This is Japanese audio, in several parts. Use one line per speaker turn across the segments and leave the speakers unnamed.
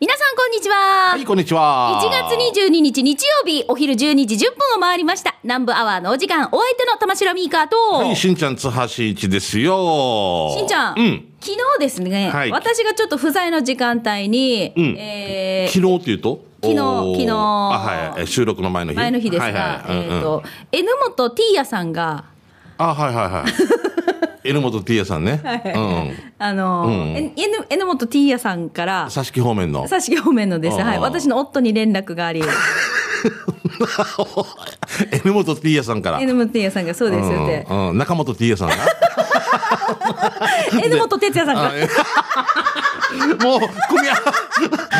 にちは。
はい、こんにちは。
1月22日日曜日、お昼12時10分を回りました。南部アワーのお時間、お相手の玉城ミーカーと、
はい、しんちゃん、津橋一ですよ。
しんちゃん、
うん。
昨日ですね、
はい
私がちょっと不在の時間帯に、
ん
えー
昨日っていうと
昨日
おー
昨日
あ、はいえ。収録の前の日。
前の日ですが、
はいはい、
えっ、
うんうん
と、榎本ティーヤさんが、
あ、はいはい はい。榎本ティーヤさんね。うんうん。
あのー、
うん
え榎榎本ティーヤさんから、
佐敷方面の。
佐敷方面のですね、
うん
はい、私の夫に連絡があ り、
榎本ティーヤさんから。
榎本ティーヤさんがそうですよって、
うんうん、中本ティーヤさんが。
榎本哲也 さんが
あ、え もう、組み合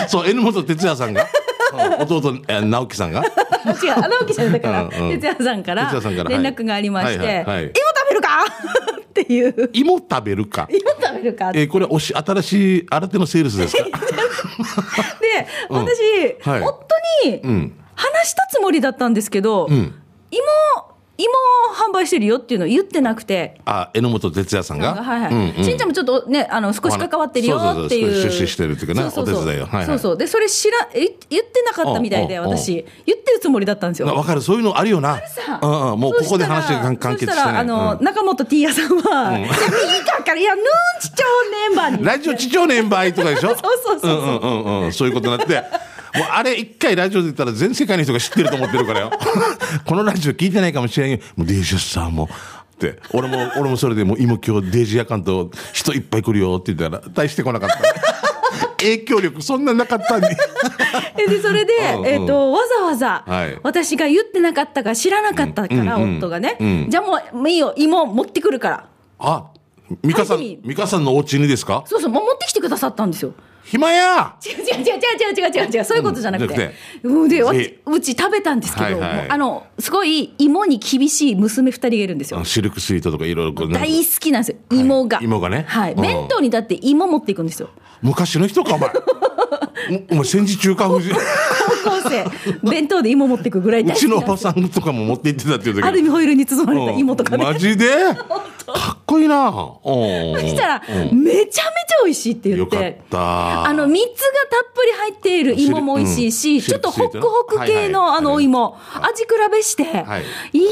わそう、榎本哲也さんが。うん弟、え直樹さんが。
違う、穴置きじゃないだから、
うん
哲
うん
也さんから
哲也さんから
連絡がありまして、
はいは
芋
いはい
食べるか っていう、芋
芋食べるか。
食べるかって。
えーこれおし新しい新手のセールスですか
で、
うん
私、
はい
夫
う
に
ん
話したつもりだったんですけど、
ん
芋、芋販売してるよっていうのを言ってなくて、
あ榎本哲也さんが
はいはい、
うんうん
しんちゃんもちょっとね、あの少し関わってるよっていう、
そうそうそう少し出資してるっていうかね
そうそうそう
お手伝いをはいはい
そうそう、で、それ知らえ言ってなかったみたいで、
おうおうおう
私、言ってるつもりだったんですよ。
なわかるそういうのあるよな
さ
うんうん、もうここで話が完完結して
そしたら
な
あ
い、
の、
うん
中本ティーヤさんは、いや、いいかから、いや、ぬんちちょうねんばんに。
ラジオ地上年倍とかでしょ
そうそうそうそうん
うんうんうん、そういうことになってもうあれ一回ラジオで言ったら全世界の人が知ってると思ってるからよ このラジオ聞いてないかもしれんよもうデージャスさんもって俺も俺もそれでもう今今日デージアカンと人いっぱい来るよって言ったら大して来なかった影響力そんななかったんに
えで、それで、
うんうん
えっ、と、わざわざ、
はい
私が言ってなかったか知らなかったから、
うんうんうん
夫がね、
うん
じゃあもう、もういいよ、芋持ってくるから。
あ、美香さん
帰り、に
美香さんのお家にですか
そうそう、もう持ってきてくださったんですよ。
暇や
違う違う違う違う違う違う違う、そういうことじゃなく
うんじゃ
て
な。
うん、で、わ
ぜひ
うち食べたんですけど、
はいはい
もうあの、すごい芋に厳しい娘二人がいるんですよ。
シルクスイートとかいろいろこうなんか
大好きなんですよ、芋が。
はい芋がね
はい。
うん
弁当にだって芋持っていくんですよ。
昔の人か、お前。おお前、戦時中華風じゃ
高校生弁当で芋持ってくぐらいう大好
ち
きな
の
ん
お
ですよ
ばさんとかも持って行ってたっていう時
アルミホイルに包まれた芋とか
うん
ね、
マジでかっこいいな。そ
そしたら、めちゃめちゃ美味しいって言
よ
っ。
かってた。
あの、蜜がたっぷり入っている芋も美味しいし、
うん
ちょっとホクホク系
はい
の
はい
あのお芋、味比べして、い、やーもう
はい
美味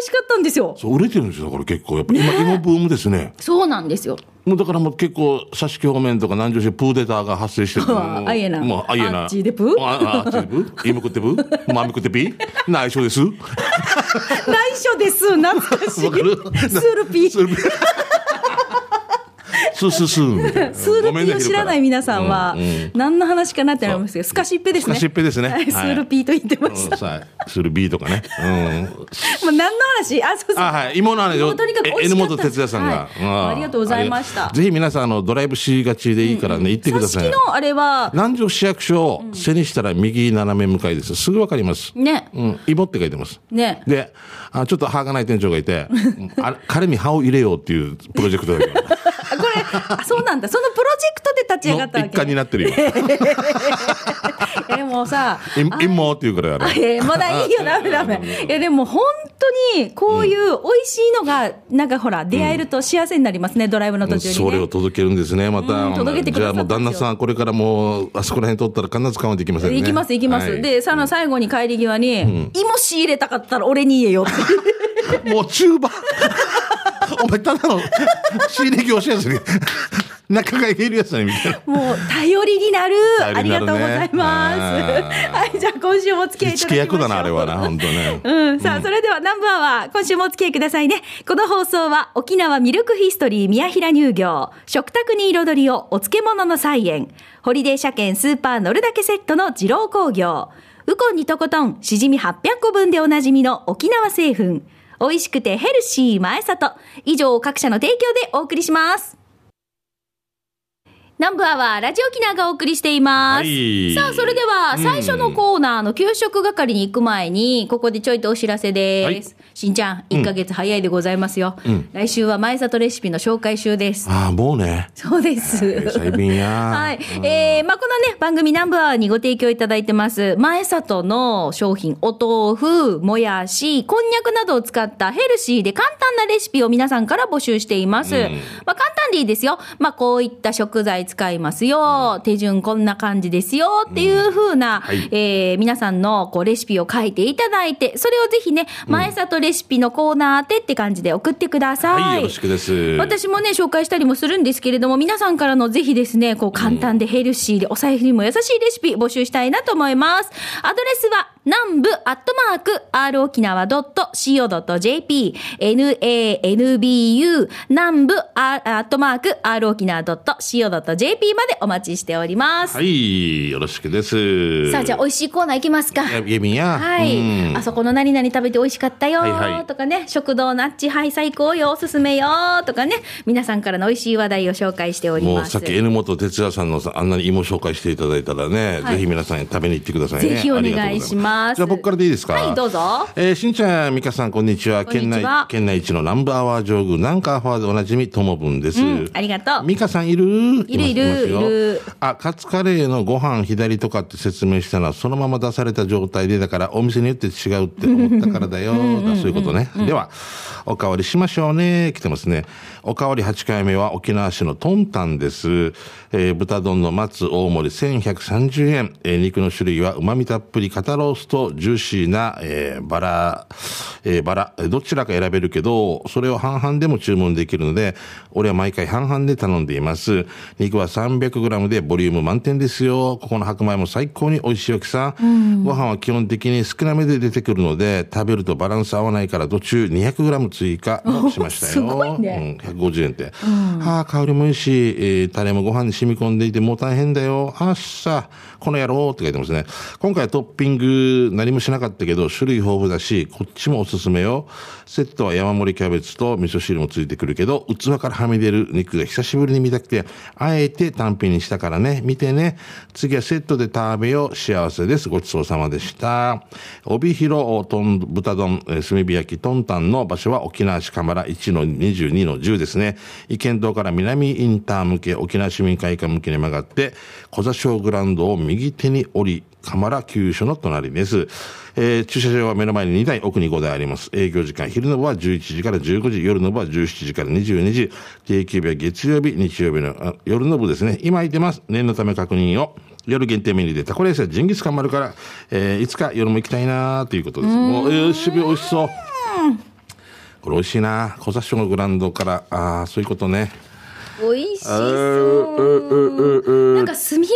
しかったんですよ。
そう、売れてるんですよ、だから結構。やっ ぱ今、芋ブームですね。
そうなんですよ。
もうだからもう結構、佐敷方面とか南城市でプーデターが発 生してる。
ああいえな
もうあいえな。
あっちでプー
ああっちでプ ー今食ってプーマミ食ってピー内緒です。わ
内緒です、懐かしい。
かる
スールピー
ス。ールピー。スースースーみたいな。
スールピーを知らない皆さんは
う、
何の話かなってなりますけど、スカシッペですね。
スカシッペですね
はい、ス
はい
ールピーと言ってま
う
し
ん
た。
さあスールビーとかね。うん。
もう何の話あ、そうそう。
あはい、芋の話
も
を
うとにかく美味し
榎
かった
本哲也さんが、
はい
ん
ありがとうございました
ありがぜひ皆さんあのドライブしがちでいいからね、行ってください。
座敷のあれは、
南城市役所、背にしたら右斜め向かいです。すぐわかります。
ね、
うん、芋って書いてます。
ね。
で、あちょっと歯がない店長がいて、うんあれ彼に歯を入れようっていうプロジェクトだ けど
あこれ、あそうなんだ。そのプロジェクトで立ち上がった
の
わ
一
け、
環になってるよ。
えでもさ、
陰謀っていうからいあ
あ
れ。
えーまだいいよ、ダメダメ。いや、でも本当に、こういう美味しいのが、なんかほら、出会えると幸せになりますね、ドライブの途中に、ね。
それを届けるんですね、また。
うん届けてくださった
じゃあも
ん
う
ですよ
旦那さん、これからもう、あそこら辺取ったら必ず我慢できませんね。
行きます行きます、
はい
でさの最後に帰り際に、芋仕入れたかったら俺に言えよ って
もうチューバー。 お前ただの仕入れ業者やつに。仲がいるやつだね、みたいな。
もう頼りになるあ
頼
り
りに
が
な
と
る
う
ね
ございます
あ ー
はいじゃあ今週もお付き合いいただきましょ
火
う
付け役だな、あれはな、本当ね。
うん、さあ、それではナンバーは今週もお付き合いくださいね。この放送は沖縄ミルクヒストリー宮平乳業、食卓に彩りをお漬物の菜園、ホリデー車検スーパー乗るだけセットの二郎工業、ウコンにとことん、しじみ800個分でおなじみの沖縄製粉、美味しくてヘルシー前里、以上各社の提供でお送りします。ナンバーはラジオ沖縄がお送りしています。
はい
さあ、それでは最初のコーナーの給食係に行く前に、ここでちょいとお知らせです。しんちゃん、1ヶ月早いでございますよ。来週は前里レシピの紹介週です。
ああ、もうね。
そうです。
最便や。
はい。えー、まあ、このね、番組ナンバーにご提供いただいてます、前里の商品、お豆腐、もやし、こんにゃくなどを使ったヘルシーで簡単なレシピを皆さんから募集しています。まあ、簡単でいいですよ。まあ、こういった食材使いますよ、手順こんな感じですよっていう風な、
はい
えー皆さんのこうレシピを書いていただいて、それをぜひね、前里レシピのコーナー宛てって感じで送ってください。
はい、よろしくです。
私もね、紹介したりもするんですけれども、皆さんからのぜひですね、こう簡単でヘルシーで、お財布にも優しいレシピ募集したいなと思います。アドレスは、南部アットマーク、r 沖縄 .co.jp、nanbu、南部アットマーク、r 沖縄 .co.jp までお待ちしております。
はい、よろしくです。
さあ、じゃあ、美味しいコーナー行きますか。
や、ゲミや。
はい、
うん
あそこの何々食べて美味しかったよ
はいはい
とかね、食堂のあっちはい最高よおすすめよとかね皆さんからの美味しい話題を紹介しており
もう
ます
さっき N 本哲也さんのさあんなに芋紹介していただいたらね、
はい
ぜひ皆さんに食べに行ってください
ぜ
ね
ひお願い
ありがとうござ
します
じゃあ僕からでいいですか
はいどうぞ
えーしんちゃん美香さんこんにちは
こんにちは
県内県内一のナンバーワー上宮南川フォワードおなじみともぶんです、
うんありがとう
美香さんいる
いるいる
ますますよ
いる
あカツカレーのご飯左とかって説明したのはそのまま出された状態でだからお店によって違うって思ったからだよだそういうことね、ではおかわりしましょうね来てますねおかわり8回目は沖縄市のトンタンです、えー豚丼の松大盛り1130円、えー肉の種類は旨味たっぷり肩ロースとジューシーな、えーバラ、えーバラえーどちらか選べるけどそれを半々でも注文できるので俺は毎回半々で頼んでいます肉は 300g でボリューム満点ですよここの白米も最高に美味しいよきさんご飯は基本的に少なめで出てくるので食べるとバランス合わないから途中 200g 追加しましたよ
すごいね
うん、150円って。はあ、香りもいいし、えータレもご飯に染み込んでいてもう大変だよ。あっさ、この野郎って書いてますね。今回はトッピング何もしなかったけど、種類豊富だし、こっちもおすすめよ。セットは山盛りキャベツと味噌汁もついてくるけど、器からはみ出る肉が久しぶりに見たくて、あえて単品にしたからね。見てね。次はセットで食べよう。幸せです。ごちそうさまでした。帯広豚豚丼、えー炭火焼きトンタンの場所は沖縄市蒲原1の22の10ですね。意見堂から南インター向け、沖縄市民会館向けに曲がって、小座小グラウンドを右手に折り、蒲原急所の隣です。えー駐車場は目の前に2台、奥に5台あります。営業時間、昼の部は11時から15時、夜の部は17時から22時、定休日は月曜日、日曜日のあ夜の部ですね。今空いてます。念のため確認を。夜限定メニューでタコライスやジンギスカンもあるから、えーいつか夜も行きたいなということです。もう、えー、渋谷美味しそう。これ美味しいな小雑誌のグラウンドから、ああ、そういうことね。
美味し
ううううう
なんか炭火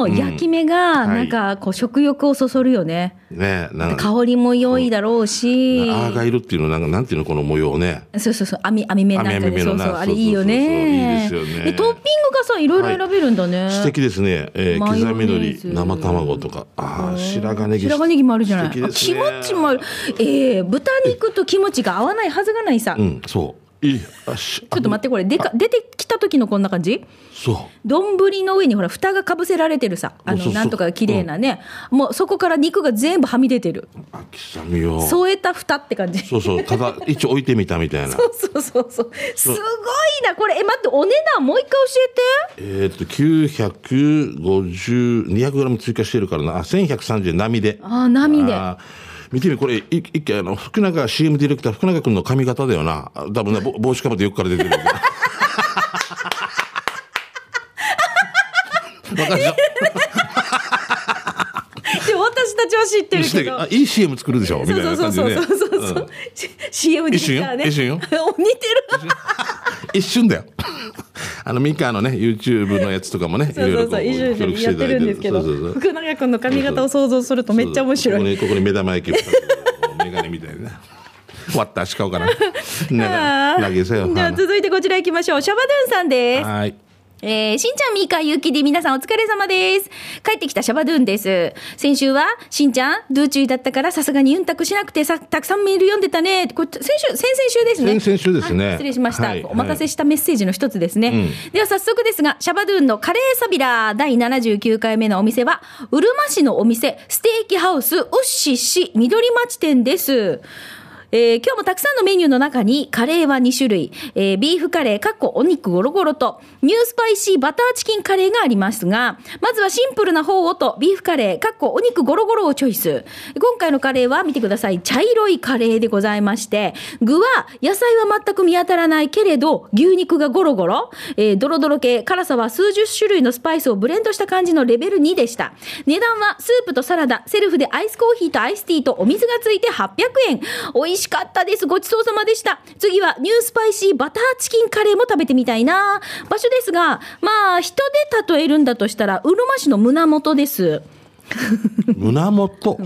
の焼き目がなんかこう食欲をそそるよね、
ねなんか、
香りも良いだろうし
アーガイルっていうの、なんか、なんていうの、この模様ね。
そうそうそう網網目なんか
網網
で
目
そ
の
う
な
そうあれ
そうそうそう
いいよね
そういいですよ
で
ね
トッピングがさいろいろ選べるんだね、
素敵ですね。えー
マヨネ
刻み
ー
海
ズ
苔、生卵とか、ああ、白髪ネギ。
白髪ネギもあるじゃない、
素敵です
キ
ね
ムチもあるえー、豚肉とキムチが合わないはずがないさ、
う
ち
ん、そう。いい、あし、
ょっと待ってこれでか出てきた時のこんな感じ
そ
丼の上にほら蓋がかぶせられてるさあ
そうそ
の
う
なんとか綺麗なね、もうそこから肉が全部はみ出てる
う。あ、刻みよ。
添えた蓋って感じ
そうそう、ただ、一応置いてみたみたいな。
そうそうそうすごいなこれえ待ってお値段もう一回教えて
えっと、950、200g 追加してるからな。あ、1130円、波で。
ああ波で
あー見てみ、これ、い一回、あの、福永 CM ディレクター、福永君の髪型だよな。あ多分ね、ぼ帽子かぶってよくから出てるん だよ。わかるでしょ
でも私たちは知ってる
知って
け
る
ど
あいい CM 作るでしょみた
そ
いう
そ
な
うそ
感
う
じで
そう
ね
そう そうそう、C- CM で
一
す
瞬
から
よ
ね
一瞬 よ
似てる
一瞬だよ あのミカのね YouTube のやつとかもねい
そう
ろい
そう
ろこ
そう、
う
一緒
協力
に
し
やっ
ていた
て
だい
るん
て
で
る
すけど、
そうそうそう
福永君の髪型を想像するとめっちゃ面白
ここ
い。
にここに目玉焼きをこうメガネみたい な割った足買おうかな
あ
な投げ
ー
せよ
じゃあ続いてこちら行きましょう。シャバドゥンさんです。
はい
えー、しんちゃん、みーか、ゆうきり、皆さんお疲れ様です。帰ってきたシャバドゥンです。先週は、しんちゃん、ドゥーチュイだったから、さすがにうんたくしなくてさ、たくさんメール読んでたね。これ、先週、先々週ですね。
先々週ですね
はい失礼しました、
はい
お待たせしたメッセージの一つですね。では、早速ですが、シャバドゥンのカレーサビラー第79回目のお店は、うるま市のお店、ステーキハウス、ウッシッシ、緑町店です。えー今日もたくさんのメニューの中に、カレーは2種類、えービーフカレー、かっこお肉ゴロゴロと、ニュースパイシーバターチキンカレーがありますが、まずはシンプルな方をと、ビーフカレー、かっこお肉ゴロゴロをチョイス。今回のカレーは、見てください、茶色いカレーでございまして、具は、野菜は全く見当たらないけれど、牛肉がゴロゴロ、えードロドロ系、辛さは数十種類のスパイスをブレンドした感じのレベル2でした。値段は、スープとサラダ、セルフでアイスコーヒーとアイスティーとお水がついて800円。美味しかったです。ごちそうさまでした。次は、ニュースパイシーバターチキンカレーも食べてみたいな。場所ですが、まあ、人で例えるんだとしたら、うるま市の胸元です。
胸元。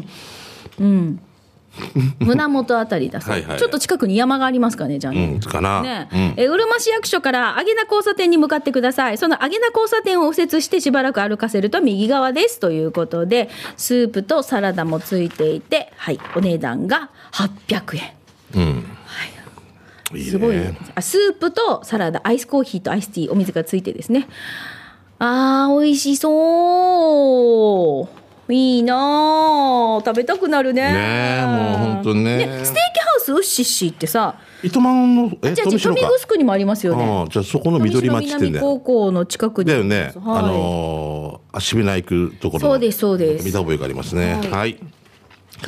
胸元あたりだそう。
はいはいはい
ちょっと近くに山がありますかね、じゃあね。
うん、かな。
ね
うん。
えーうるま市役所から上げな交差点に向かってください、その上げな交差点を右折してしばらく歩かせると右側ですということで、スープとサラダもついていて、はい、お値段が800円。
いいね
すごい、あスープとサラダ、アイスコーヒーとアイスティー、お水がついてですね。あー、美味しそう。いいなあ食べたくなるね。
ねえもう本当にね
ステーキハウスウッシッシーってさ、
糸満の、え、
じゃあ、
富
豊
城
見
か。
城にもありますよね。
ああ、じゃあそこの緑町ってん
富
だ
士宮南
よ。
高校の近くに
だよね。
はい
あのー、足びな行くところの。
そうですそうです
見た覚えがありますね。
はい
はい。
じ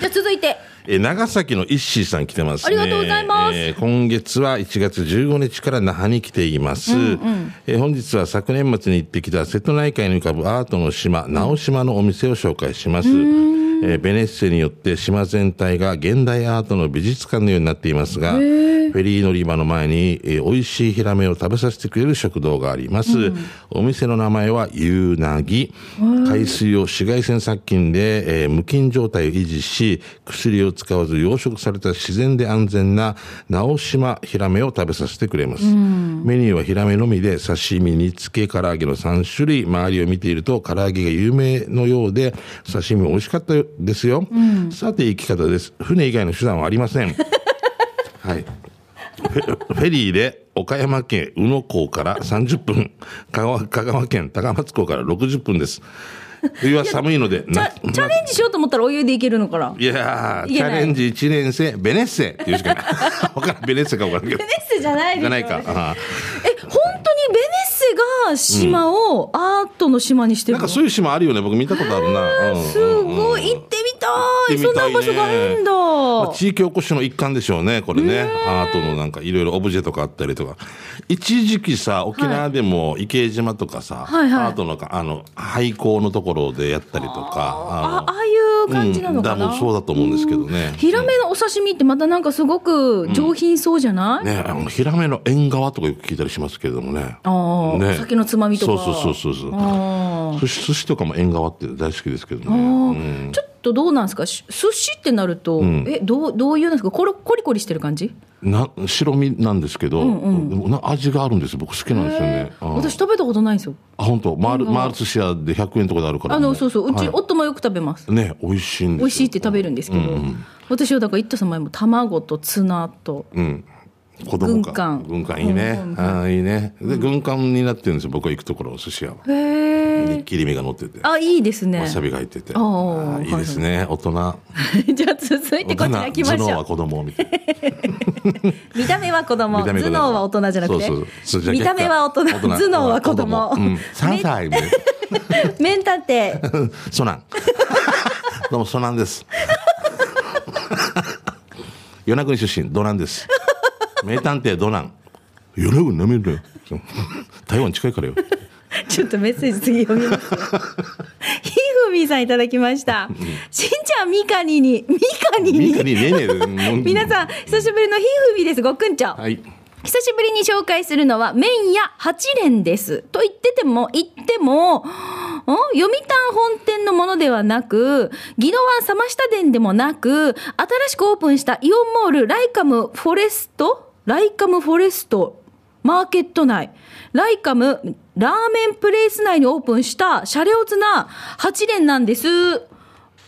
ゃあ続いて
え長崎の一シーさん来てますね。
ありがとうございます
えー今月は1月15日から那覇に来ています。えー本日は昨年末に行ってきた瀬戸内海に浮かぶアートの島、直島のお店を紹介します。えーベネッセによって島全体が現代アートの美術館のようになっていますが、フェリー乗り場の前に、えー美味しいヒラメを食べさせてくれる食堂があります。お店の名前はゆうなぎ。海水を紫外線殺菌で、えー無菌状態を維持し、薬を使わず養殖された自然で安全な直島ヒラメを食べさせてくれます。メニューはヒラメのみで、刺身、煮付け、唐揚げの3種類。周りを見ていると唐揚げが有名のようで、刺身も美味しかったですよ。さて、行き方です。船以外の手段はありません。はい。フェフェリーで岡山県宇野港から30分、香川香川県高松港から60分です。冬は寒いので、
チ
な
ャチャレンジしようと思ったらお湯でいけるのかなベネ
いやー、
い
チ
け
ャ
ない
レンジ1年生、ベネッセっていうしかない。わからんベネッセかわからんけど。
ッセじゃないで
じ
し
ゃ
ょ
ないか。あー
え本当にベネッセが島をアートの島にしてる
なん
の、
かそういう島あるよね。僕見たことあるな。うん
すごい行ってみたい
行
そ
っ
ん
てみた
ない
ね
場所があるんだ、
まあ地域おこしの一環でしょうね、これね。アートのなんかいろいろオブジェとかあったりとか。一時期さ、沖縄でも池江島とかさ、
はいはい
アートのかあの廃校のところでやったりと
あ
か。
ああいう感じなのか
うんだ
な、
もうそうだと思うんですけどね。
ヒラメのお刺身ってまたなんかすごく上品そうじゃない、
ね、あのヒラメの縁側とかよく聞いたりしますけれどもね。
ああ、
ね
お酒のつまみとか
そうそうそうそう
あ
寿司寿司とかも縁側って大好きですけど
あ
ね。
ーちょっとどうなんですかし寿司ってなると、えどうどういうなんですかコロコリコリしてる感じ
な白身なんですけど、でもな味があるんです。僕好きなんですよね。うん
私食べたことないんですよ
あ本当回る回る寿司屋で100円とかであるから。
あのそうそううち、
はい
夫もよく食べます
ね美味しいんですよ
美味しいって食べるんですけど、私はだから行ったその前も卵とツナと、
子供か
軍艦
軍艦いいね、ああいいねで軍艦になってるんですよ僕が行くところお寿司屋は
へえ
切り身が乗っててわ
あいいですね
さびが入ってて
あー
ああいいですね大人
じゃあ続いてこちら
大
行きま
人頭
し
脳は
ょ
子供みたいな
う見た目は子供
見た
頭
目子供
脳は大人じゃなくて
そうそうそう
見た目は大人
じゃあ逆か
頭脳は子供
うん、3歳ね
面立て
ソナン どうもソナンです与那国出身ドナンです名探偵ドナン与那国なめるなよ台湾近いからよ
ちょっとメッセージ次読みます。ひふみさんいただきました。しんちゃんみかにに、みかに
み
に
か。にねえねえもう
皆さん、久しぶりのひふみです。ごっくんちょ。
はい
久しぶりに紹介するのは、麺屋八連です。と言ってても、言っても、ん読谷本店のものではなく、宜野湾様下店でもなく、新しくオープンしたイオンモールライカムフォレストライカムフォレストマーケット内、ライカムラーメンプレイス内にオープンしたシャレオツな8連なんです。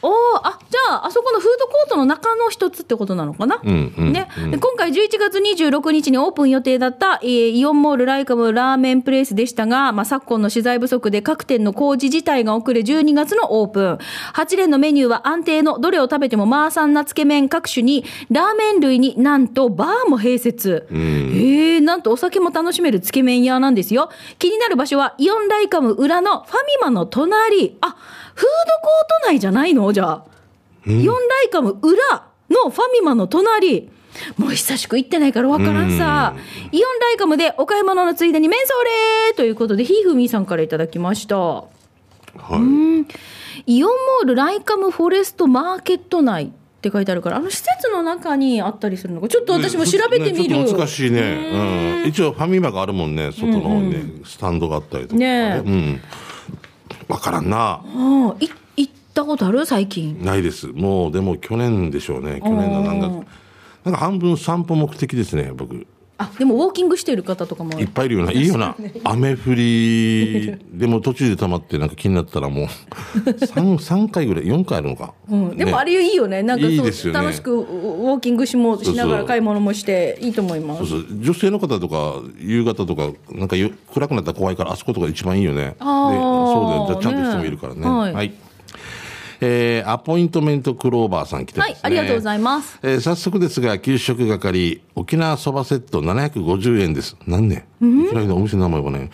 おーあじゃああそこのフードコートの中の一つってことなのかな、
んうん
ね、で今回11月26日にオープン予定だった、えーイオンモールライカムラーメンプレイスでしたが、まあ、昨今の資材不足で各店の工事自体が遅れ12月のオープン8連のメニューは安定のどれを食べてもマーサンなつけ麺各種にラーメン類になんとバーも併設、えーなんとお酒も楽しめるつけ麺屋なんですよ気になる場所はイオンライカム裏のファミマの隣あフードコート内じゃないのじゃあ、イオンライカム裏のファミマの隣もう久しく行ってないからわからんさ、イオンライカムでお買い物のついでに麺ソーレーということでひーふみーさんからいただきました
はい。
イオンモールライカムフォレストマーケット内って書いてあるからあの施設の中にあったりするのかちょっと私も調べてみる、
ねちょっと懐かしいね。うん。一応ファミマがあるもんね、外の方にねスタンドがあったりとか
ね
うん。わからんな。
うんい行ったことある最近
ないです。もう、でも去年でしょうね。去年のなんだ。なんか半分散歩目的ですね、僕。
あでもウォーキングしてる方とかも
いっぱいいるよな。いいよ な。雨降り、でも途中で溜まってなんか気になったら もう、三三回ぐらい、四回あるのか。
うん、でもあ
れ
れいいよね、なんかそう
いいですよね
楽しくウォーキングしもしながら買い物もしていいと思います。
そうそう女性の方とか夕方とかなんかよ暗くなったら怖いからあそことか一番いいよねで
あー
そうだよねちゃんと
ね
人もいるからね
は
はいい、えーアポイントメントクローバーさん来てます
はい
ね、
ありがとうございます、
えー早速ですが給食係沖縄そばセット750円です何ね沖縄のお店の名前もね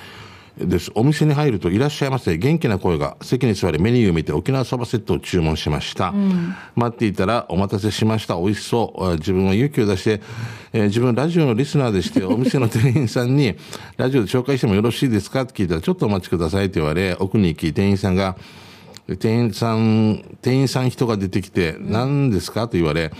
ですお店に入るといらっしゃいませ元気な声が席に座りメニューを見て沖縄そばセットを注文しました、待っていたらお待たせしました美味しそうあ自分は勇気を出して、えー自分ラジオのリスナーでしてお店の店員さんに「ラジオで紹介してもよろしいですか?」って聞いたら「ちょっとお待ちください」って言われ奥に行き店員さんが店員さん、店員さん人が出てきて、何ですかと言われ、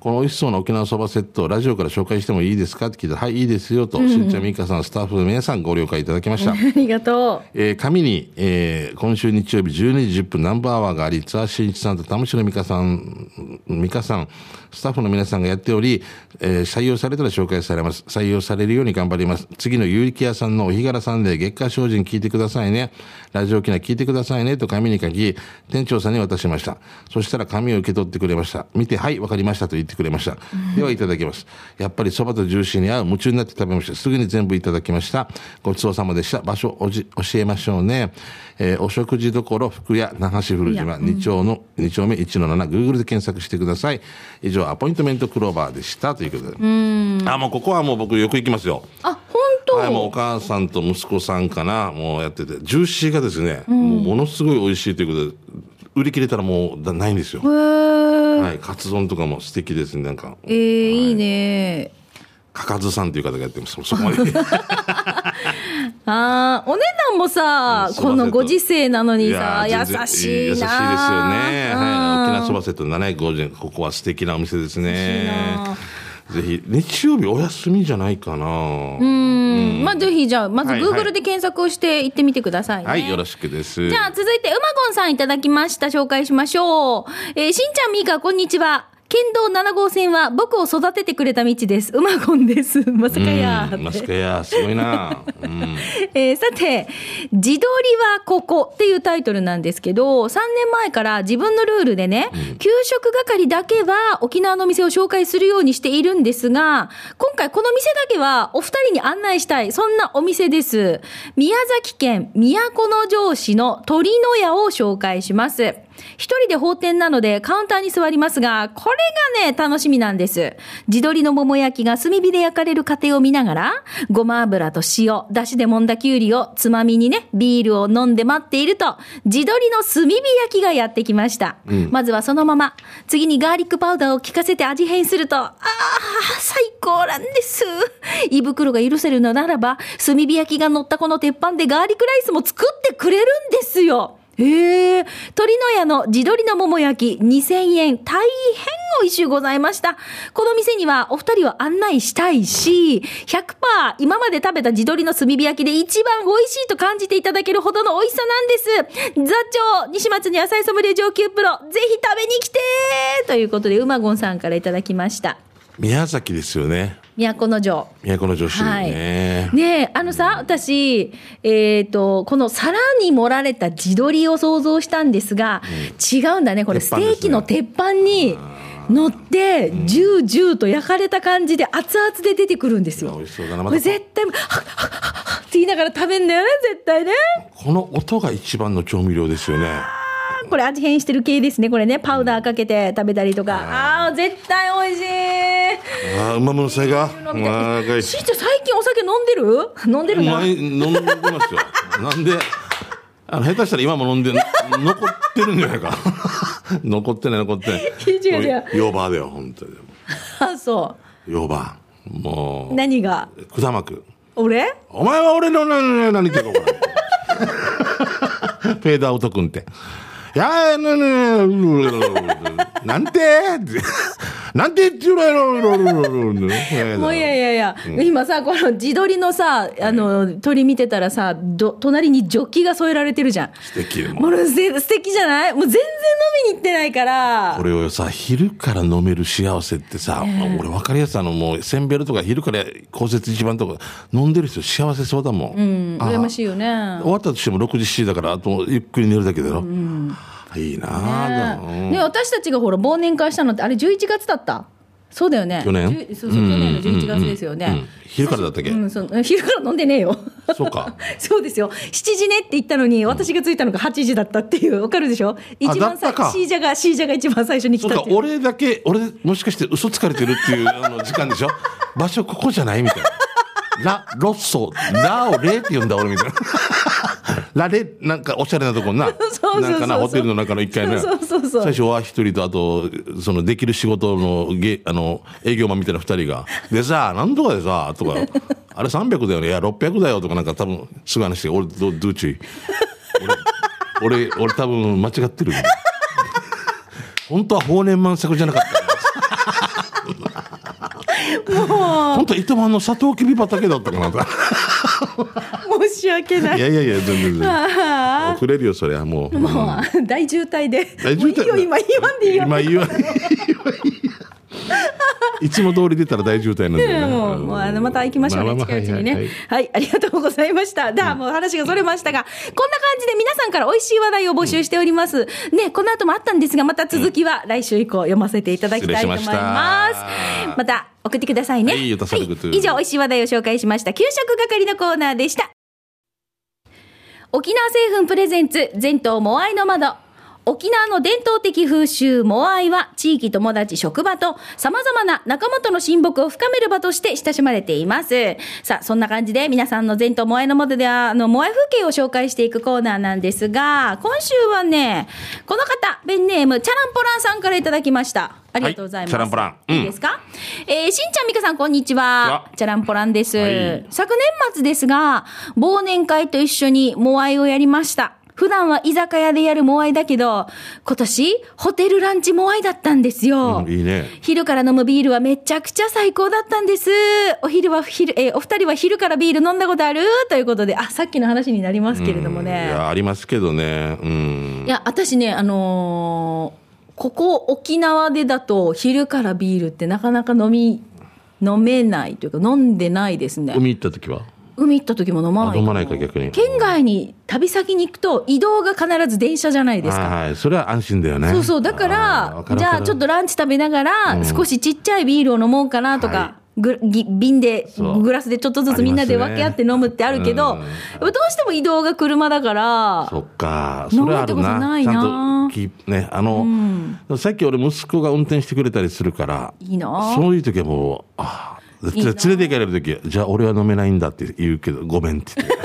この美味しそうな沖縄そばセットをラジオから紹介してもいいですかって聞いたら、はい、いいですよと、しんちゃん、みーかさん、スタッフの皆さんご了解いただきまし た。
ありがと
えー紙に、えー今週日曜日12時10分ナンバーアワーがあり、ツアー新一さんと田しの美香さん、美香さん、スタッフの皆さんがやっており、えー採用されたら紹介されます。採用されるように頑張ります。次の有力屋さんのお日柄さんで月下精進聞いてくださいね。ラジオ機内聞いてくださいねと紙に書き、店長さんに渡しました。そしたら紙を受け取ってくれました。見て、はい、わかりましたと言ってくれました。では、いただきます。やっぱりそばとジューシーに合う夢中になって食べました。すぐに全部いただきました。ごちそうさまでした。場所おじ教えましょうね。えーお食事処福屋、那覇市古島、2丁の、2丁目1の7、Google で検索してください。以上、アポイントメントクローバーでした。ということで。あ、もうここはもう僕よく行きますよ。
う。あ、本当。
はい、もうお母さんと息子さんかな、もうやってて、ジューシーがですね、もうものすごい美味しいということで、売り切れたらもうだないんですよ。
へー
はい、カツ丼とかも素敵ですね、なんか、
えー、いいね。
かかずさんという方がやっ てます、そこまで。
あーお値段もさ、このご時世なのにさ、
い
優
や全然
しいな。
優しいですよね。はい、沖縄そ
ば。
ばセット750円、ここは素敵なお店です
しい
ね
な。
ぜひ、日曜日お休みじゃないかな。
うん、まあ、ぜひ、じゃあ、まず
はいはい
Google で検索をして行ってみてくださいね。
はい、よろしくです。
じゃあ続いて、うまごんさんいただきました。紹介しましょう。えーしんちゃん、みーか、こんにちは。県道7号線は僕を育ててくれた道です。うまごんです。まさかやーって
うんマスカヤー、すごいな。うん
えーさて、自撮りはここっていうタイトルなんですけど、3年前から自分のルールでね、給食係だけは沖縄の店を紹介するようにしているんですが、今回この店だけはお二人に案内したい、そんなお店です。宮崎県都城市の鳥の屋を紹介します。一人で放天なのでカウンターに座りますが、これがね、楽しみなんです。自撮りの桃焼きが炭火で焼かれる過程を見ながら、ごま油と塩、だしで揉んだきゅうりをつまみにね、ビールを飲んで待っていると、自撮りの炭火焼きがやってきました。まずはそのまま、次にガーリックパウダーを効かせて味変すると、ああ、最高なんです。胃袋が許せるのならば、炭火焼きが乗ったこの鉄板でガーリックライスも作ってくれるんですよ。へえ、鳥の屋の地鶏の桃焼き2000円、大変美味しゅうございました。この店にはお二人を案内したいし、100%今まで食べた地鶏の炭火焼きで一番美味しいと感じていただけるほどの美味しさなんです。座長、西松に野菜ソムリエ上級プロ、ぜひ食べに来てということで、うまごんさんからいただきました。
宮崎ですよね。
都城。
都城市
はい。
ね
ね。え、あのさ、私、えっ、と、この皿に盛られた地鶏を想像したんですが、違うんだね、これ、ス
鉄
テ
板ですね
ーキの鉄板に乗って、ジュージューと焼かれた感じで、熱々で出てくるんですよ。
美味しそうだなま
こ
た
れ絶対、はっはっはっはって言いながら食べんだよね、絶対ね。
この音が一番の調味料ですよね。
これ味変してる系ですね、これね。パウダーかけて食べたりとか。ああー、絶対美味しい。
ああ、うまむのさいが。
飲み
わ
た
ーが
い
い
しーちゃん最近お酒飲んでる飲んでるな。
前飲んでますよ。なんで、あの、下手したら今も飲んで、残ってるんじゃないか。残ってない、残ってない。
違う違う
もうヨーバーだよ、本当に。
あ、そ
ヨーバー。も
う。何が
う、くだまく。
俺
お前は俺の何、何言ってるか、お前フェードアウト君って。いやー、ねねねなんてってなんて言ってるやろ
もういやいやいや、今さ、この自撮りのさ、あの、鳥見てたらさ、ど、隣にジョッキが添えられてるじゃん。
素敵でも
もうせ素敵じゃないもう全然飲みに行ってないから
こ。れをさ、昼から飲める幸せってさ、俺分かりやすい、あの、もう、せんべろとか昼から公設一番とか、飲んでる人幸せそうだもん。
うん、羨ましいよね。
終わったとしても6時、7時だから、あとゆっくり寝るだけだろ。いいなあ、でも
ね、私たちがほら忘年会したのってあれ11月だったそうだよね
去年
じゅそうそう去年の11月ですよ
うん
ね、
昼からだったっけ、
うんそう昼から飲んでねえよ
そうか。
そうですよ7時ねって言ったのに私が着いたのが8時だったっていうわかるでしょ一番
だ
最
ったか
シージャがシージャが一番最初に
そ
来
う
た
か
っ、ていう
俺だけ、俺、もしかして嘘つかれてるっていう あの時間でしょ場所ここじゃないみたいな。ラ、ロッソ、ラをレって言うんだ俺みたいな。 ラレ、なんかおしゃれなとこにな。
そうそうそう
なんかな、ホテルの中の一階の。
そうそうそうそう
最初は一人と、あと、その、できる仕事の、 げあの、営業マンみたいな二人が。でさ、なんとかでさ、とか、 あれ300だよね、いや、600だよとか、なんか多分、すぐ話して、俺、ど、どうちゅい。 俺、俺、俺多分間違ってる。 本当は法然満作じゃなかった。もう。本当は糸満のサトウキビ畑だったかなと。
申し訳ないい
やいやいや、全然全然。
あ
遅れるよ、それはもう。
あもう大渋滞で
大渋
もういい
滞
よ今言わんでいいよ
今言わない。いつも通り出たら大渋滞なんだよね。
もう、もうあの、また行きましょうね、
まあまあ
近いうちにね、は
はいいはい
ありがとうございました。だ、もう話がそれましたが、こんな感じで皆さんから美味しい話題を募集しております。ね、この後もあったんですが、また続きは来週以降読ませていただきたいと思います。
失礼し
ま
ました
た、送ってくださいね。
はいよたさること
はい以上、美味しい話題を紹介しました。給食係のコーナーでした。沖縄製粉プレゼンツ全島モアイの窓沖縄の伝統的風習モアイは地域友達職場と様々な仲間との親睦を深める場として親しまれていますさあそんな感じで皆さんの全島モアイの窓ではあのモアイ風景を紹介していくコーナーなんですが今週はねこの方ペンネームチャランポランさんからいただきましたありがとうございます、
はいチャランポランうん
いいですか、えーしんちゃんみかさんこんにちは
こんにちは
チャランポランです、
はい
昨年末ですが、忘年会と一緒にモアイをやりました。普段は居酒屋でやるモアイだけど、今年、ホテルランチモアイだったんですよ。
うんいいね。
昼から飲むビールはめちゃくちゃ最高だったんです。お昼は昼、えーお二人は昼からビール飲んだことあるということで、あ、さっきの話になりますけれども
い
ね。
や、ありますけどね。うん。
いや、私ね、あのーここ沖縄でだと昼からビールってなかなか飲み、飲めないというか飲んでないですね。
海行った時は
海行った時も飲まない
あ飲まないか逆に
県外に旅先に行くと移動が必ず電車じゃないですか
はい、それは安心だよね。
そうそうだか
あー
ら
わかる
じ
わ
ゃ
か
あ
る
ちょっとランチ食べながら少しちっちゃいビールを飲もうかなと
は
か、ぐぎ瓶で
そう
グラスでちょっとずつみんなで分け合って飲むってあるけど、
ありますね
やっぱどうしても移動が車だから
そっか、それはある
飲
な。
むってことない
ち
な
ゃんとき、ね、あの、さっき俺息子が運転してくれたりするから、
いいな
そういう時はもう、ああ、
い
じ
な
ゃあ連れて行かれる時、じゃあ俺は飲めないんだって言うけど、ごめんって言って。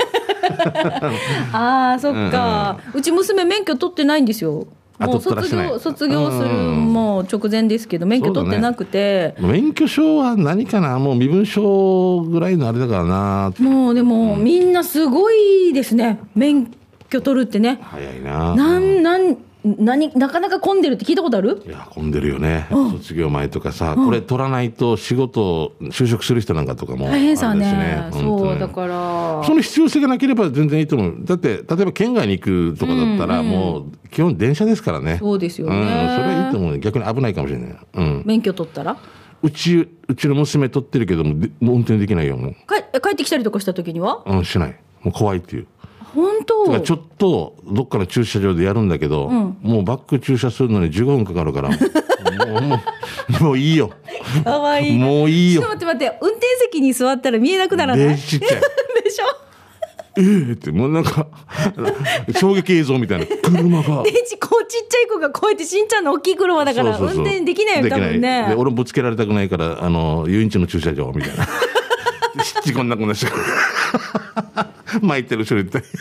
ああそっか、うち娘免許取ってないんですよ
あ
もう
取ったら
卒
しない
業卒業する
うん
もう直前ですけど免許取ってなくて、
免許証は何かなもう身分証ぐらいのあれだからな。
もうでもみんなすごいですね免許取るってね
早いな。
なん、なん、何、なかなか混んでるって聞いたことある
いや、混んでるよね。卒業前とかさ、これ取らないと仕事、就職する人なんかとかもあ
大
れで
変
すね。
さね。
本当
そう、
ね
だから。
その必要性がなければ全然いいと思う。だって、例えば県外に行くとかだったら、もう基本電車ですからね。
そうですよ
うん、それはいいと
ね。
思う。逆に危ないかもしれない。うん。
免許取ったら
うち、うちの娘撮ってるけども、でもう運転できないよ、もう。
かえ帰ってきたりとかした時には
うん、しない。もう怖いっていう。
本
だか
当
らちょっと、どっかの駐車場でやるんだけど、もうバック駐車するのに15分かかるから、もう、もう、もういいよ。
かわいい
もういい
ちょ
よ
っ。と待って待って運転席に座ったら見えなくならない
でちっちゃい
でしょ
ええって、もうなんか、衝撃映像みたいな。車が。
でちこうちっちゃい子がこうやってしんちゃんの大きい車だから
そうそうそ
運
う
転できないよ多分
できないで
ね
俺もぶつけられたくないから、あの、遊園地の駐車場、みたいな。しっちこんなこんなして。巻いてる人いて。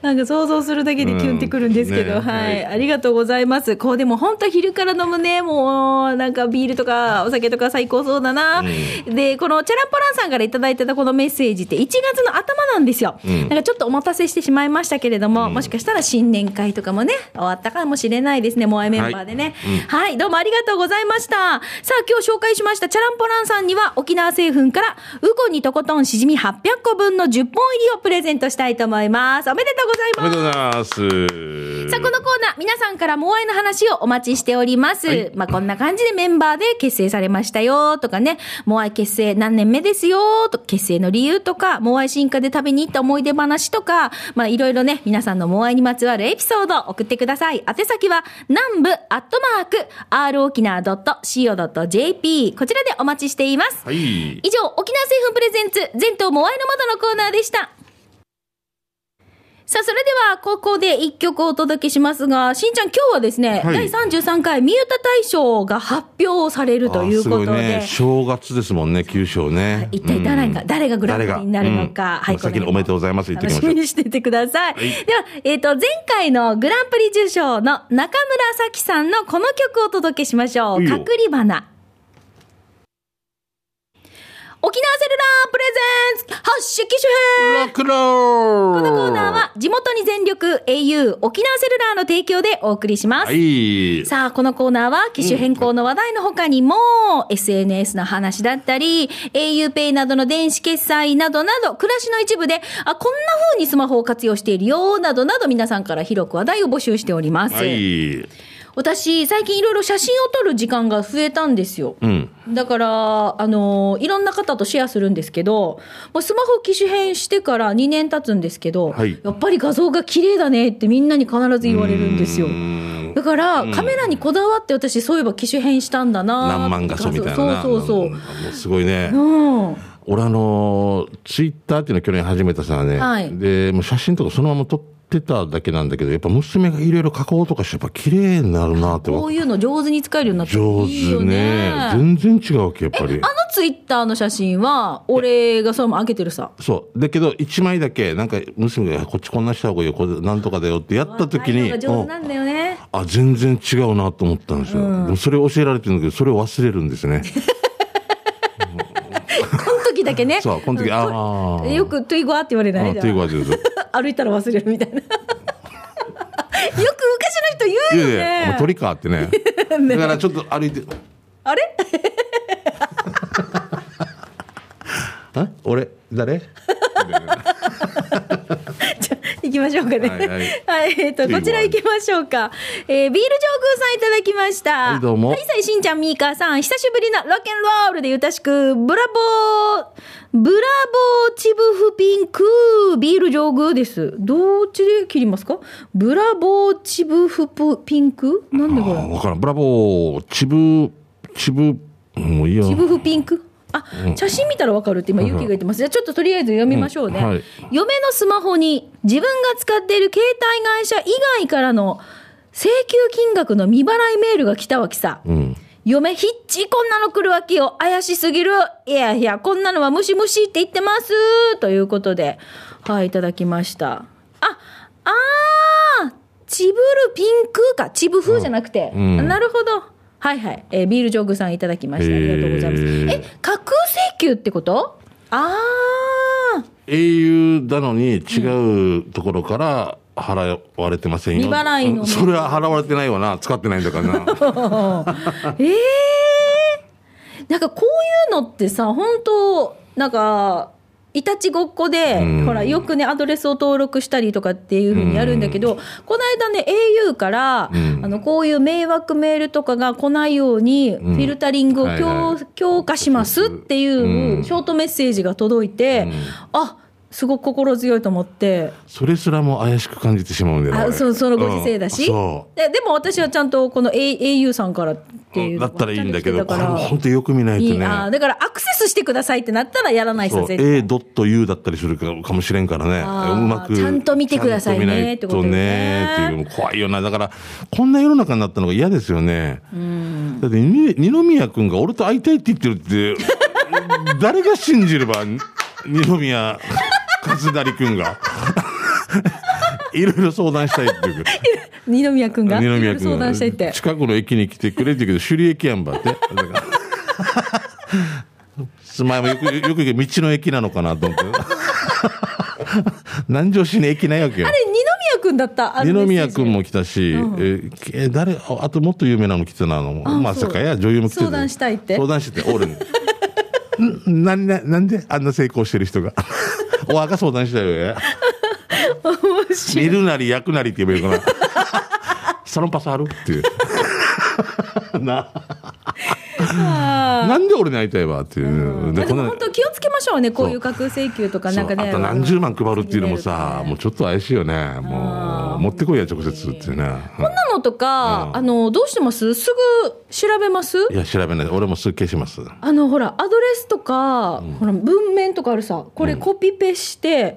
なんか想像するだけでキュンってくるんですけど、
うんね
はい、
はい
ありがとうございますこうでも本当昼から飲むねもうなんかビールとかお酒とか最高そうだな、でこのチャランポランさんからいただいてたこのメッセージって1月の頭なんですよ、なんかちょっとお待たせしてしまいましたけれども、もしかしたら新年会とかもね終わったかもしれないですねモアイメンバーでねはい、どうもありがとうございましたさあ今日紹介しましたチャランポランさんには沖縄製粉からウコンにとことんしじみ800個分の10本入りをプレゼントしたいと思いますおめでとうございます
おめでとうございます。
さあ、このコーナー、皆さんからモアイの話をお待ちしております。まあ、こんな感じでメンバーで結成されましたよとかね、モアイ結成何年目ですよとか、結成の理由とか、モアイ進化で食べに行った思い出話とか、まあ、いろいろね、皆さんのモアイにまつわるエピソードを送ってください。宛先は、南部アットマーク、r 沖縄 .co.jp。こちらでお待ちしています。
はい。
以上、沖縄製粉プレゼンツ、全島モアイの窓のコーナーでした。さあ、それでは、ここで一曲お届けしますが、しんちゃん、今日はですね、
は
第
い
33回、三歌大賞が発表されるということで、
あすごいね、正月ですもんね、九章ね。
一体誰が、
うん
誰がグランプリになるのか、
誰がうん先におめでとうございます言って
楽
お
し
きましょう
みにしててください。
はい
では、えっ、と、前回のグランプリ受賞の中村咲さんのこの曲をお届けしましょう。
いいよ
隔離花。沖縄セルラープレゼンツ発色主編
ロックロー
このコーナーは地元に全力 au 沖縄セルラーの提供でお送りします。
はい。
さあ、このコーナーは機種変更の話題の他にも、SNS の話だったり、auPay などの電子決済などなど、暮らしの一部で、あ、こんな風にスマホを活用しているよ、などなど皆さんから広く話題を募集しております。
はい。
私、最近いろいろ写真を撮る時間が増えたんですよ。
うん。
だから、あのいろんな方とシェアするんですけど、もうスマホ機種変してから2年経つんですけど、
はい
やっぱり画像が綺麗だねってみんなに必ず言われるんですよ
う。ん
だから、カメラにこだわって私そういえば機種変したんだな
何万画素みたいな。
そうそう
も
そう
すごいね
う。うん
俺あの、ツイッターっていうのを去年始めたさね。
はい
で、もう写真とかそのまま撮ってただけなんだけど、やっぱ娘がいろいろ加工とかして、やっぱ綺麗になるなって
こういうの上手に使えるようになって
上
いいよ
手ね
ね。あの
全然違うわけ、やっぱり。
ツイッターの写真は俺がそれも上げてるさ
そう。だけど、一枚だけ、なんか、娘が、こっちこんなした方がいいよ、これなんとかだよってやった時に、
若いのが上手なんだよね
おあ、全然違うなと思ったんですよ。でもそれを教えられてるんだけど、それを忘れるんで すね。
この時だけね
そう、この時、
うん
ああ。
よく「トゥイゴア」って言われない
あ
じゃん
という感 じですよ。
歩いたら忘れるみたい なよく昔の人
い
言うよ
や い
ね
や、お前鳥かってね。だからちょっと歩いて、
あれ
あ俺、誰
じゃあ 行きましょうかね
はいはい
はいえっとこちら行きましょうか、えー、ビール上空さんいただきました
はいどうも
はいさいしんちゃんみーかーさん久しぶりのロケンロールでゆたしくブラボーブラボーチブフピンクビール上空ですどっちで切りますかブラボーチブフプピンクなんで
あ
こ
ー
れ
わからん。ブラボー、チブ、チブ、もういいや。
チブフピンクあ、写真見たらわかるって今、ゆきが言ってます。じゃあ、ちょっととりあえず読みましょうね。
うんはい
嫁のスマホに自分が使っている携帯会社以外からの請求金額の未払いメールが来たわけさ。
うん。
嫁、ヒッチこんなの来るわけよ。怪しすぎる。いやいや、こんなのはムシムシって言ってます。ということで、はい、いただきました。あ、あー、チブルピンクか。チブ風じゃなくて。
うんうん
なるほど。はいはい。えービールジョグさんいただきました。ありがとうございます。
へー
え、架空請求ってことあー、
英雄なのに違うところから払われてませんよ。
未払いの
うんそれは払われてないわな。使ってないんだからな。
ええなんかこういうのってさ本当なんかいたちごっこで、ほら、よくね、アドレスを登録したりとかっていうふうにやるんだけど、この間ね、au から、あの、こういう迷惑メールとかが来ないように、フィルタリングを強,、
はいは
強化しますっていう、ショートメッセージが届いて、あ、すごく心強いと思って、
それすらも怪しく感じてしまうんだよね
あ
俺
そうそのご時世だ
う
し、
んそ
ででも私はちゃんとこの A- au さんからっていうの
うだ
が
ったらいいんだけど
ち
こ
ゃん
れ
と来てた
も
から
本当よく見ないと
いいあー
ね
だからアクセスしてくださいってなったらやらないさ
そう
絶対
A.U だったりするかかもしれんからね
あー
うまく
ちゃんと見てくださいね
ちゃん見ない
ってことだよね
とねっていう怖いよなだからこんな世の中になったのが嫌ですよねだってに二宮君が俺と会いたいって言ってるって誰が信じればに二宮勝成君が いろいろ相談したいっていうか
二宮君が
二宮君
相談したいって
が近くの駅に来てくれって言うけど首里駅やんばってだか ら前もよくよく言うけど道の駅なのかなと思って南城市の駅ないわけよ
あれ二宮君だったあ
二
のメッセージ
宮君も来たし、
うん
えーえ誰ああともっと有名なの来てたなあの
あ
まさかや女優も来てたよ
相談したいって
相談してて俺 にんなんでなんであんな成功してる人が お若相談したよえ
面白い
見るなり焼くなりって言えばいいのかな サロンパスあるっていうな
あ
なんで俺に会いたいわっていう、
ー
で
で
こん
も
な
本当気をつけましょうねこういう架空請求とかなんか
そう
ね
あと何十万配るっていうのもさ、もうちょっと怪しいよねもう持ってこいや直接っていうね、うん
こんなのとか、
うん
あのどうしてますすぐ調べます
いや調べない俺もすぐ消します
あのほらアドレスとか、ほら文面とかあるさこれコピペして、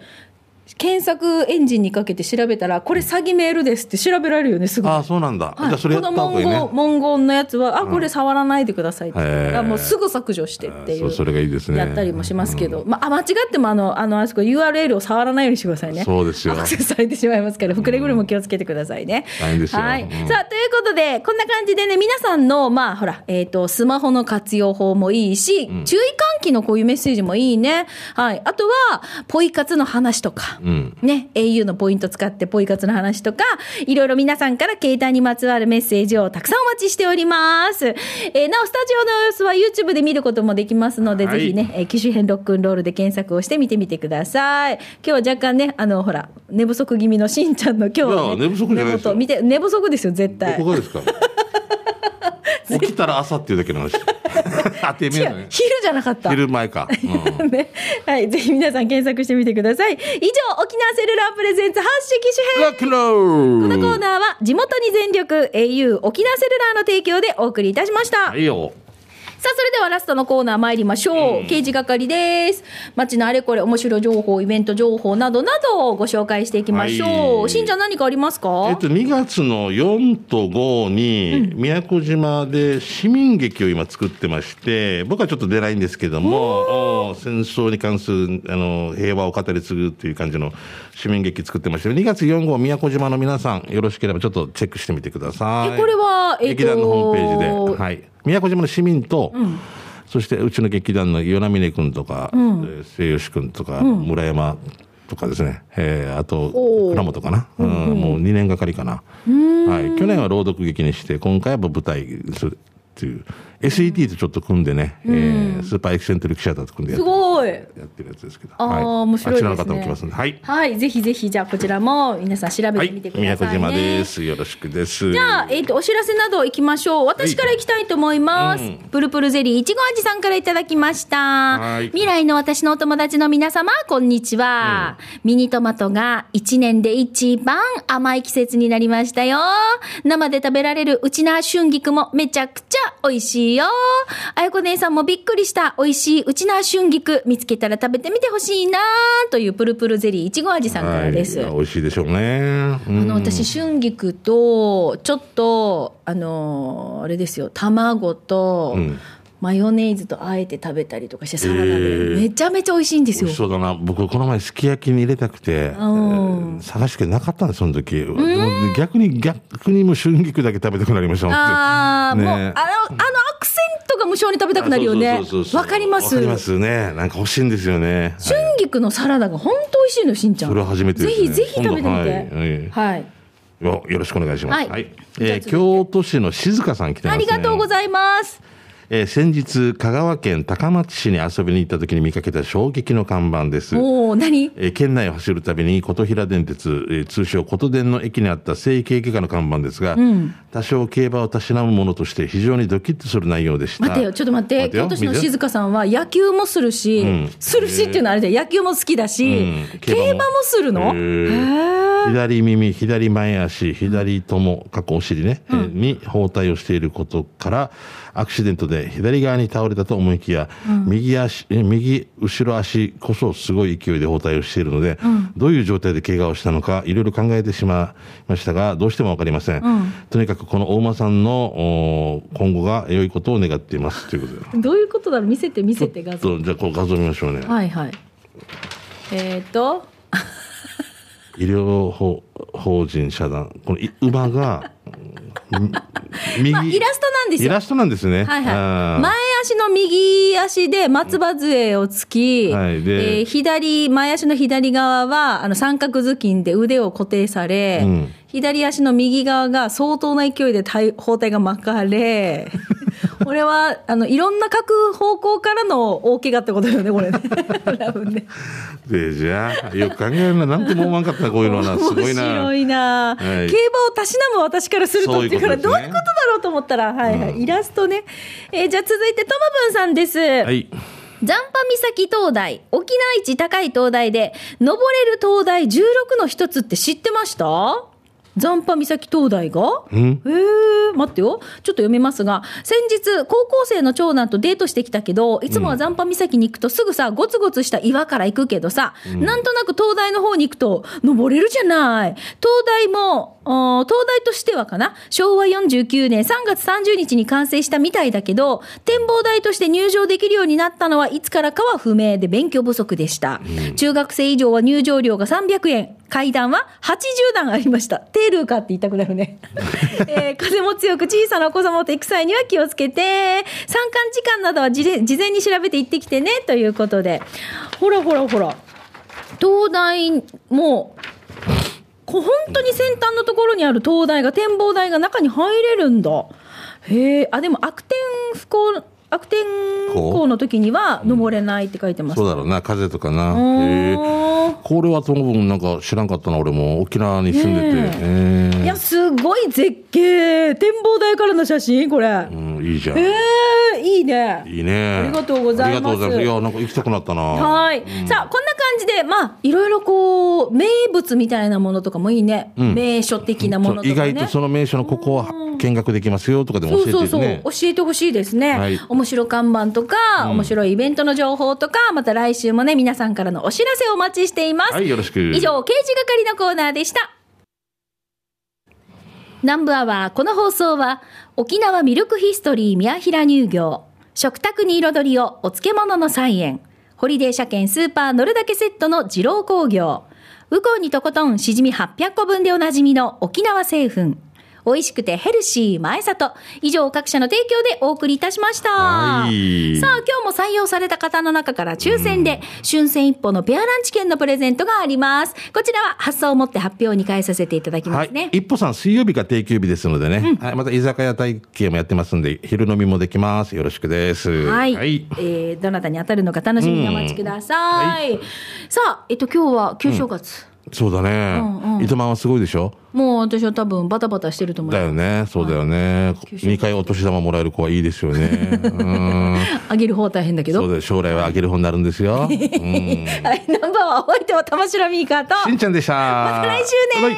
検索エンジンにかけて調べたらこれ詐欺メールですって調べられるよねすぐ
ああそうなん
は
だ、
い
じゃあそれやった方がいい
この
ね
文言文言のやつは、あ、これ触らないでくださいって。
へー
だからもうすぐ削除してってい。
そううそれがいいですね
やったりもしますけど、まあ、間違ってもあの、あの、あそこ URL を触らないようにしてくださいね。
そうですよ
アクセスされてしまいますから、くれぐれも気をつけてくださいね。
大変ですよ
はい。
うん
さあ、ということで、こんな感じでね、皆さんの、まあ、ほら、えっ、と、スマホの活用法もいいし、注意喚起のこういうメッセージもいいね。はい。あとは、ポイ活の話とか。
うん
ね、au のポイント使ってポイ活の話とか、いろいろ皆さんから携帯にまつわるメッセージをたくさんお待ちしております。えーなお、スタジオの様子は YouTube で見ることもできますので、
はい
ぜひね、えー機種編ロックンロールで検索をして見てみてください。今日は若干ね、あの、ほら、寝不足気味のしんちゃんの今日
い
は、ね、
や寝不足じゃないですよ
根元見て、寝不足ですよ、絶対。
ここが ですか起きたら朝っていうだけの 話当て
違
めえの
う
ね
昼じゃなかった。
昼前か、 うん
ね、はい、ぜひ皆さん検索してみてください。以上、沖縄セルラープレゼンツ発色機種編
ロックンロール
このコーナーは地元に全力 au 沖縄セルラーの提供でお送りいたしました。
はいよ
さあ、それではラストのコーナー参りましょう。刑事係です。街のあれこれ面白情報、イベント情報などなどをご紹介していきましょう。
はい
しんちゃん何かありますか、
えっと、2月の4と5に、宮古島で市民劇を今作ってまして、僕はちょっと出ないんですけども、おー戦争に関する、あの、平和を語り継ぐっていう感じの市民劇作ってまして、2月4号、宮古島の皆さん、よろしければちょっとチェックしてみてください。
えこれはえっと
劇団のホームページで。はい。宮古島の市民と、そしてうちの劇団の与那峰君とか、えー末吉君とか、村山とかですね、えーあと
おー
倉本かな、うんもう2年がかりかな、はい、去年は朗読劇にして今回は舞台にするっていう SET とちょっと組んでね、えースーパーエキセントリックシアターと組んでや
す
って
ごい。
やってるやつですけど
あー面白いですね
あちらの方も来ますんではい、
はい、ぜひぜひ、じゃあこちらも皆さん調べ
は
てみて
い、
ください、ね
宮古島ですよろしくです
じゃあ、えっ、と、お知らせなど行きましょう。私から行きたいと思います。プルプルゼリー、いちご味さんからいただきました
はい。
未来の私のお友達の皆様、こんにちは。ミニトマトが1年で一番甘い季節になりましたよ。生で食べられるうちな春菊もめちゃくちゃ美味しいよ。あやこ姉さんもびっくりした美味しいうちな春菊見つけたら食べてみてほしいなというプルプルゼリー、いちご味さんからです。
はい、美味しいでしょうね、う
あ
ん
の私春菊とちょっとあのーあれですよ卵と、
うん
マヨネーズとあえて食べたりとかしてサラダで、
へー
めちゃめちゃ美味しいんです
美
よ
味しそうだな僕この前すき焼きに入れたくて、えー探してなかったんですその時でも逆に逆にもう春菊だけ食べたくなりました本当に
ああ、
ね
もうあのあのアクセントが無性に食べたくなるよね
そうそうそうそう
わかります
わかりますねなんか欲しいんですよね
春菊のサラダが本当美味しいのよしんちゃん
それは初めてですね
ぜひぜひ食べてみて
今度はいはい
はい、
よよろしくお願いします
はい
えー京都市の静香さん来てま
あ
す、ね、
りがとうございます
えー先日、香川県高松市に遊びに行った時に見かけた衝撃の看板です。
おお何
えー県内を走るたびに琴平電鉄、えー通称琴電の駅にあった整形外科の看板ですが、多少競馬をたしなむものとして非常にドキッとする内容でした。
待てよちょっと待って
よ
今年の
水
静香さんは野球もするし、するしっていうのはあれで野球も好きだし、
うん
競馬もするの、
へー左耳、左前足、左とも、過去お尻ね、えーに包帯をしていることから、アクシデントで左側に倒れたと思いきや、右足、えー右後ろ足こそすごい勢いで包帯をしているので、どういう状態で怪我をしたのか、いろいろ考えてしまいましたが、どうしてもわかりません。とにかくこの大間さんのおー今後が良いことを願っています。という ことで。
どういうことだろう見せて見せて画像
そうじゃあこう画像見ましょうね。
はいはいえっ、と
医療法法人社団このい馬がうん右、
まあイラストなんです
イ
よ
ラストなんですね
はい
あ
は
ー
い、前足の右足で松葉杖をつき、
うんはいで
えー左前足の左側はあの三角頭巾で腕を固定され、
うん
左足の右側が相当な勢いで体包帯が巻か れこれはあのいろんな各方向からの大怪我ってことよねこれね多分ね
でじゃあよく考えるななんとも思わんかったこういうのはなすご
面
いな
白いな、
はい
競馬をたしなむ私からすると
そう
っ
い
ていううか
こ
ら
とです
ど
ね
ういうことだろうと思ったら、はいはいイラストね、えーじゃあ続いてともぶんさんです、
はい
残波岬灯台沖縄一高い灯台で登れる灯台16の一つって知ってました残波岬灯台が
ん
えー、待ってよ。ちょっと読みますが、先日、高校生の長男とデートしてきたけど、いつもは残波岬に行くとすぐさ、ゴツゴツした岩から行くけどさ、なんとなく灯台の方に行くと、登れるじゃない。灯台も、あー灯台としてはかな、昭和49年3月30日に完成したみたいだけど、展望台として入場できるようになったのはいつからかは不明で勉強不足でした。中学生以上は入場料が300円、階段は80段ありました。テールーかって言いたくなる ね。えー風も強く小さなお子様と行く際には気をつけて、参観時間などは事前事前に調べて行ってきてね、ということで。ほらほらほら。灯台も、こ本当に先端のところにある灯台が、展望台が中に入れるんだ。へえ、あ、でも悪天不幸、悪天候の時には登れないって書いてます。
そうだろうな風とかな
お
へえ
ー
これはともなんか知らんかったな俺も沖縄に住んでて、
ね
え
いや、すごい絶景。展望台からの写真これ。
うん、いいじゃん、
ええいいね。
いいね
ありがとうございます
ありがとうございますいやなんか行きたくなったな
はい、さあこんな感じでまあいろいろこう名物みたいなものとかもいいね、
ん
名所的なものとか、ね、
意外とその名所のここは見学できますよとかでも
そ
教え
う
て
そう
る
そう、
ね
教えてほしいですね、
はい
面白看板とか、面白いイベントの情報とかまた来週もね皆さんからのお知らせをお待ちしています、
はいよろしく
以上刑事係のコーナーでした南部アワーこの放送は沖縄ミルクヒストリー宮平乳業食卓に彩りをお漬物の菜園ホリデー車検スーパー乗るだけセットの二郎工業ウコンにとことんしじみ800個分でおなじみの沖縄製粉美味しくてヘルシー前里以上各社の提供でお送りいたしました、
はい
さあ今日も採用された方の中から抽選で、春戦一歩のペアランチ券のプレゼントがあります。こちらは発送をもって発表に変えさせていただきます
はい
ね。。
一歩さん、水曜日が定休日ですのでね。はい。また居酒屋体系もやってますんで、昼飲みもできます。よろしくです。
はい、
はい。
えーどなたに当たるのか楽しみにお待ちください。さあ、えっと、今日は旧正月。
そうだね。
うんうん
糸満はすごいでしょ
もう私は多分バタバタしてると思い
だ
ます。
よね。そうだよね。2回お年玉もらえる子はいいですよね。うん。
あげる方は大変だけ
そ
ど。
うだよ。将来はあげる方になるんで すよ。うん。
はい、
し
ナンバーはお相手は玉城ミーカーと。
んちゃんでした。ま
た来週ね